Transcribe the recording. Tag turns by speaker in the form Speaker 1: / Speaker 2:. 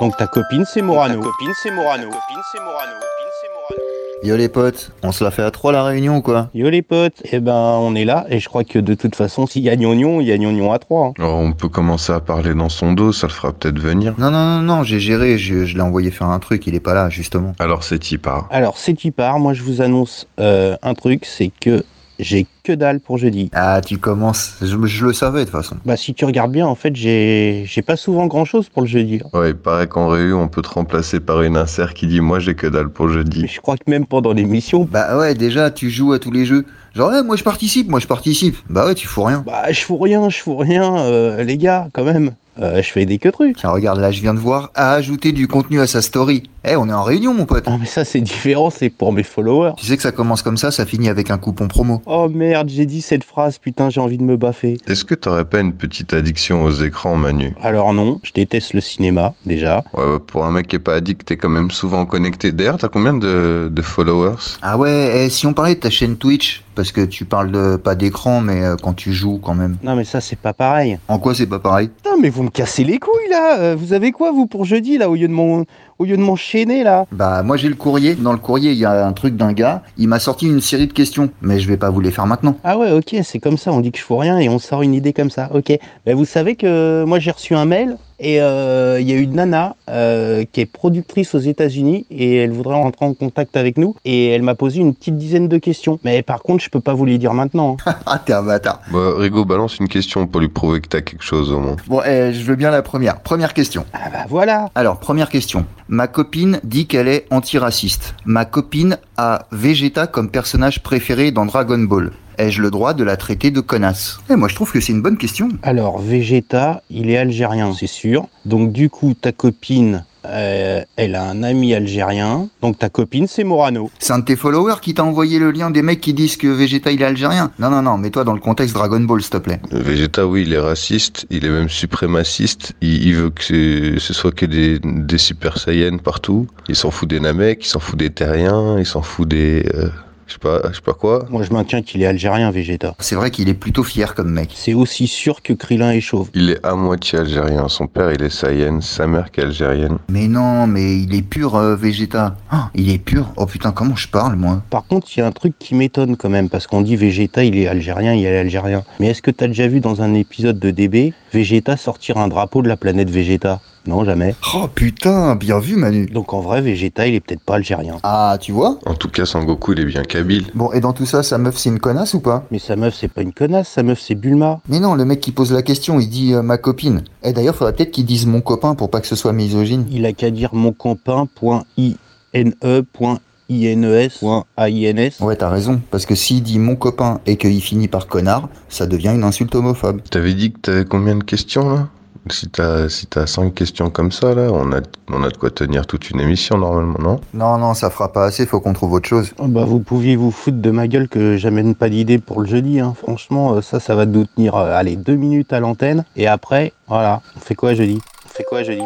Speaker 1: Donc ta copine c'est Morano.
Speaker 2: copine, c'est Morano. copine, c'est Morano. copine, c'est Morano.
Speaker 3: Yo les potes, on se la fait à trois la réunion ou quoi
Speaker 1: Yo les potes, eh ben on est là et je crois que de toute façon s'il y a Gnon, il y a Gnon à hein. 3.
Speaker 4: Alors on peut commencer à parler dans son dos, ça le fera peut-être venir.
Speaker 3: Non, non, non, non, j'ai géré, je, je l'ai envoyé faire un truc, il est pas là justement.
Speaker 4: Alors c'est Tipar.
Speaker 1: Alors c'est qui part, moi je vous annonce euh, un truc, c'est que j'ai que dalle pour jeudi.
Speaker 3: Ah, tu commences, je, je le savais de toute façon.
Speaker 1: Bah si tu regardes bien en fait j'ai j'ai pas souvent grand chose pour le jeudi. hein.
Speaker 4: Ouais, il paraît qu'en réu, on peut te remplacer par une insert qui dit Moi j'ai que dalle pour
Speaker 1: Mais
Speaker 4: jeudi.
Speaker 1: je crois que même pendant l'émission,
Speaker 3: Bah ouais, déjà tu joues à tous les jeux. Genre, ouais, moi je participe, moi je participe. Bah ouais, tu fous rien.
Speaker 1: bah je fous rien, je fous rien, euh, les gars quand même. Euh, je fais des que trucs.
Speaker 3: Tiens, regarde, là je viens de voir, a ajouté du contenu à sa story. Eh, on est en réunion mon pote.
Speaker 1: Ah mais ça c'est différent, c'est pour mes followers.
Speaker 3: Tu sais que ça commence comme ça, ça finit avec un coupon promo.
Speaker 1: Oh merde, j'ai dit cette phrase, putain j'ai envie de me baffer.
Speaker 4: Est-ce que t'aurais pas une petite addiction aux écrans, Manu
Speaker 1: Alors non, je déteste le cinéma déjà.
Speaker 4: Ouais, ouais, pour un mec qui est pas addict, t'es quand même souvent connecté. D'ailleurs, t'as combien de, de followers
Speaker 3: Ah ouais, eh, si on parlait de ta chaîne Twitch, parce que tu parles de, pas d'écran, mais euh, quand tu joues quand même.
Speaker 1: Non mais ça c'est pas pareil.
Speaker 3: En quoi c'est pas pareil
Speaker 1: Putain, mais vous me cassez les couilles là Euh, Vous avez quoi vous pour jeudi là au lieu de mon au lieu de m'enchaîner là
Speaker 3: Bah moi j'ai le courrier, dans le courrier il y a un truc d'un gars, il m'a sorti une série de questions, mais je vais pas vous les faire maintenant.
Speaker 1: Ah ouais, OK, c'est comme ça, on dit que je fous rien et on sort une idée comme ça. OK. Ben vous savez que moi j'ai reçu un mail et euh, il y a une nana euh, qui est productrice aux États-Unis et elle voudrait rentrer en contact avec nous et elle m'a posé une petite dizaine de questions. Mais par contre, je peux pas vous les dire maintenant. hein.
Speaker 3: Ah t'es un bâtard.
Speaker 4: Bah, Rigo, balance une question pour lui prouver que t'as quelque chose au moins.
Speaker 3: Bon, eh, je veux bien la première. Première question.
Speaker 1: Ah bah voilà.
Speaker 3: Alors, première question. Ma copine dit qu'elle est antiraciste. Ma copine a Vegeta comme personnage préféré dans Dragon Ball. Ai-je le droit de la traiter de connasse Eh, moi je trouve que c'est une bonne question.
Speaker 1: Alors Vegeta, il est algérien, c'est sûr. Donc du coup, ta copine euh, elle a un ami algérien, donc ta copine c'est Morano.
Speaker 3: C'est un de tes followers qui t'a envoyé le lien des mecs qui disent que Vegeta il est algérien. Non, non, non, mets-toi dans le contexte Dragon Ball s'il te plaît.
Speaker 4: Vegeta, oui, il est raciste, il est même suprémaciste, il, il veut que c'est- ce soit que des, des Super Saiyans partout. Il s'en fout des Namek, il s'en fout des Terriens, il s'en fout des... euh, je sais pas, je sais pas quoi.
Speaker 1: Moi, je maintiens qu'il est algérien, Vegeta.
Speaker 3: C'est vrai qu'il est plutôt fier comme mec.
Speaker 1: C'est aussi sûr que Krillin est chauve.
Speaker 4: Il est à moitié algérien, son père il est Saiyan, sa mère qui est algérienne.
Speaker 3: Mais non, mais il est pur euh, Vegeta. Ah, il est pur Oh putain, comment je parle moi
Speaker 1: Par contre, il y a un truc qui m'étonne quand même, parce qu'on dit Vegeta, il est algérien, il est algérien. Mais est-ce que t'as déjà vu dans un épisode de DB Vegeta sortir un drapeau de la planète Vegeta Non, jamais.
Speaker 3: Oh putain, bien vu Manu.
Speaker 1: Donc en vrai, Vegeta, il est peut-être pas algérien.
Speaker 3: Ah, tu vois
Speaker 4: En tout cas, Sangoku il est bien kabyle.
Speaker 3: Bon, et dans tout ça, sa meuf c'est une connasse ou pas
Speaker 1: Mais sa meuf, c'est pas une connasse, sa meuf, c'est Bulma.
Speaker 3: Mais non, le mec qui pose la question, il dit euh, ma copine. Et d'ailleurs, faudrait peut-être qu'il dise mon copain pour pas que ce soit misogyne.
Speaker 1: Il a qu'à dire mon E copain.ine.ines.ins.
Speaker 3: Ouais, t'as raison, parce que s'il dit mon copain et qu'il finit par connard, ça devient une insulte homophobe.
Speaker 4: T'avais dit que t'avais combien de questions là Si t'as si t'as cinq questions comme ça là, on a on a de quoi tenir toute une émission normalement, non
Speaker 3: Non, non, ça fera pas assez, faut qu'on trouve autre chose.
Speaker 1: Oh bah vous pouviez vous foutre de ma gueule que j'amène pas d'idée pour le jeudi. Hein. Franchement, euh, ça, ça va nous tenir euh, allez, deux minutes à l'antenne. Et après, voilà, on fait quoi jeudi On fait quoi jeudi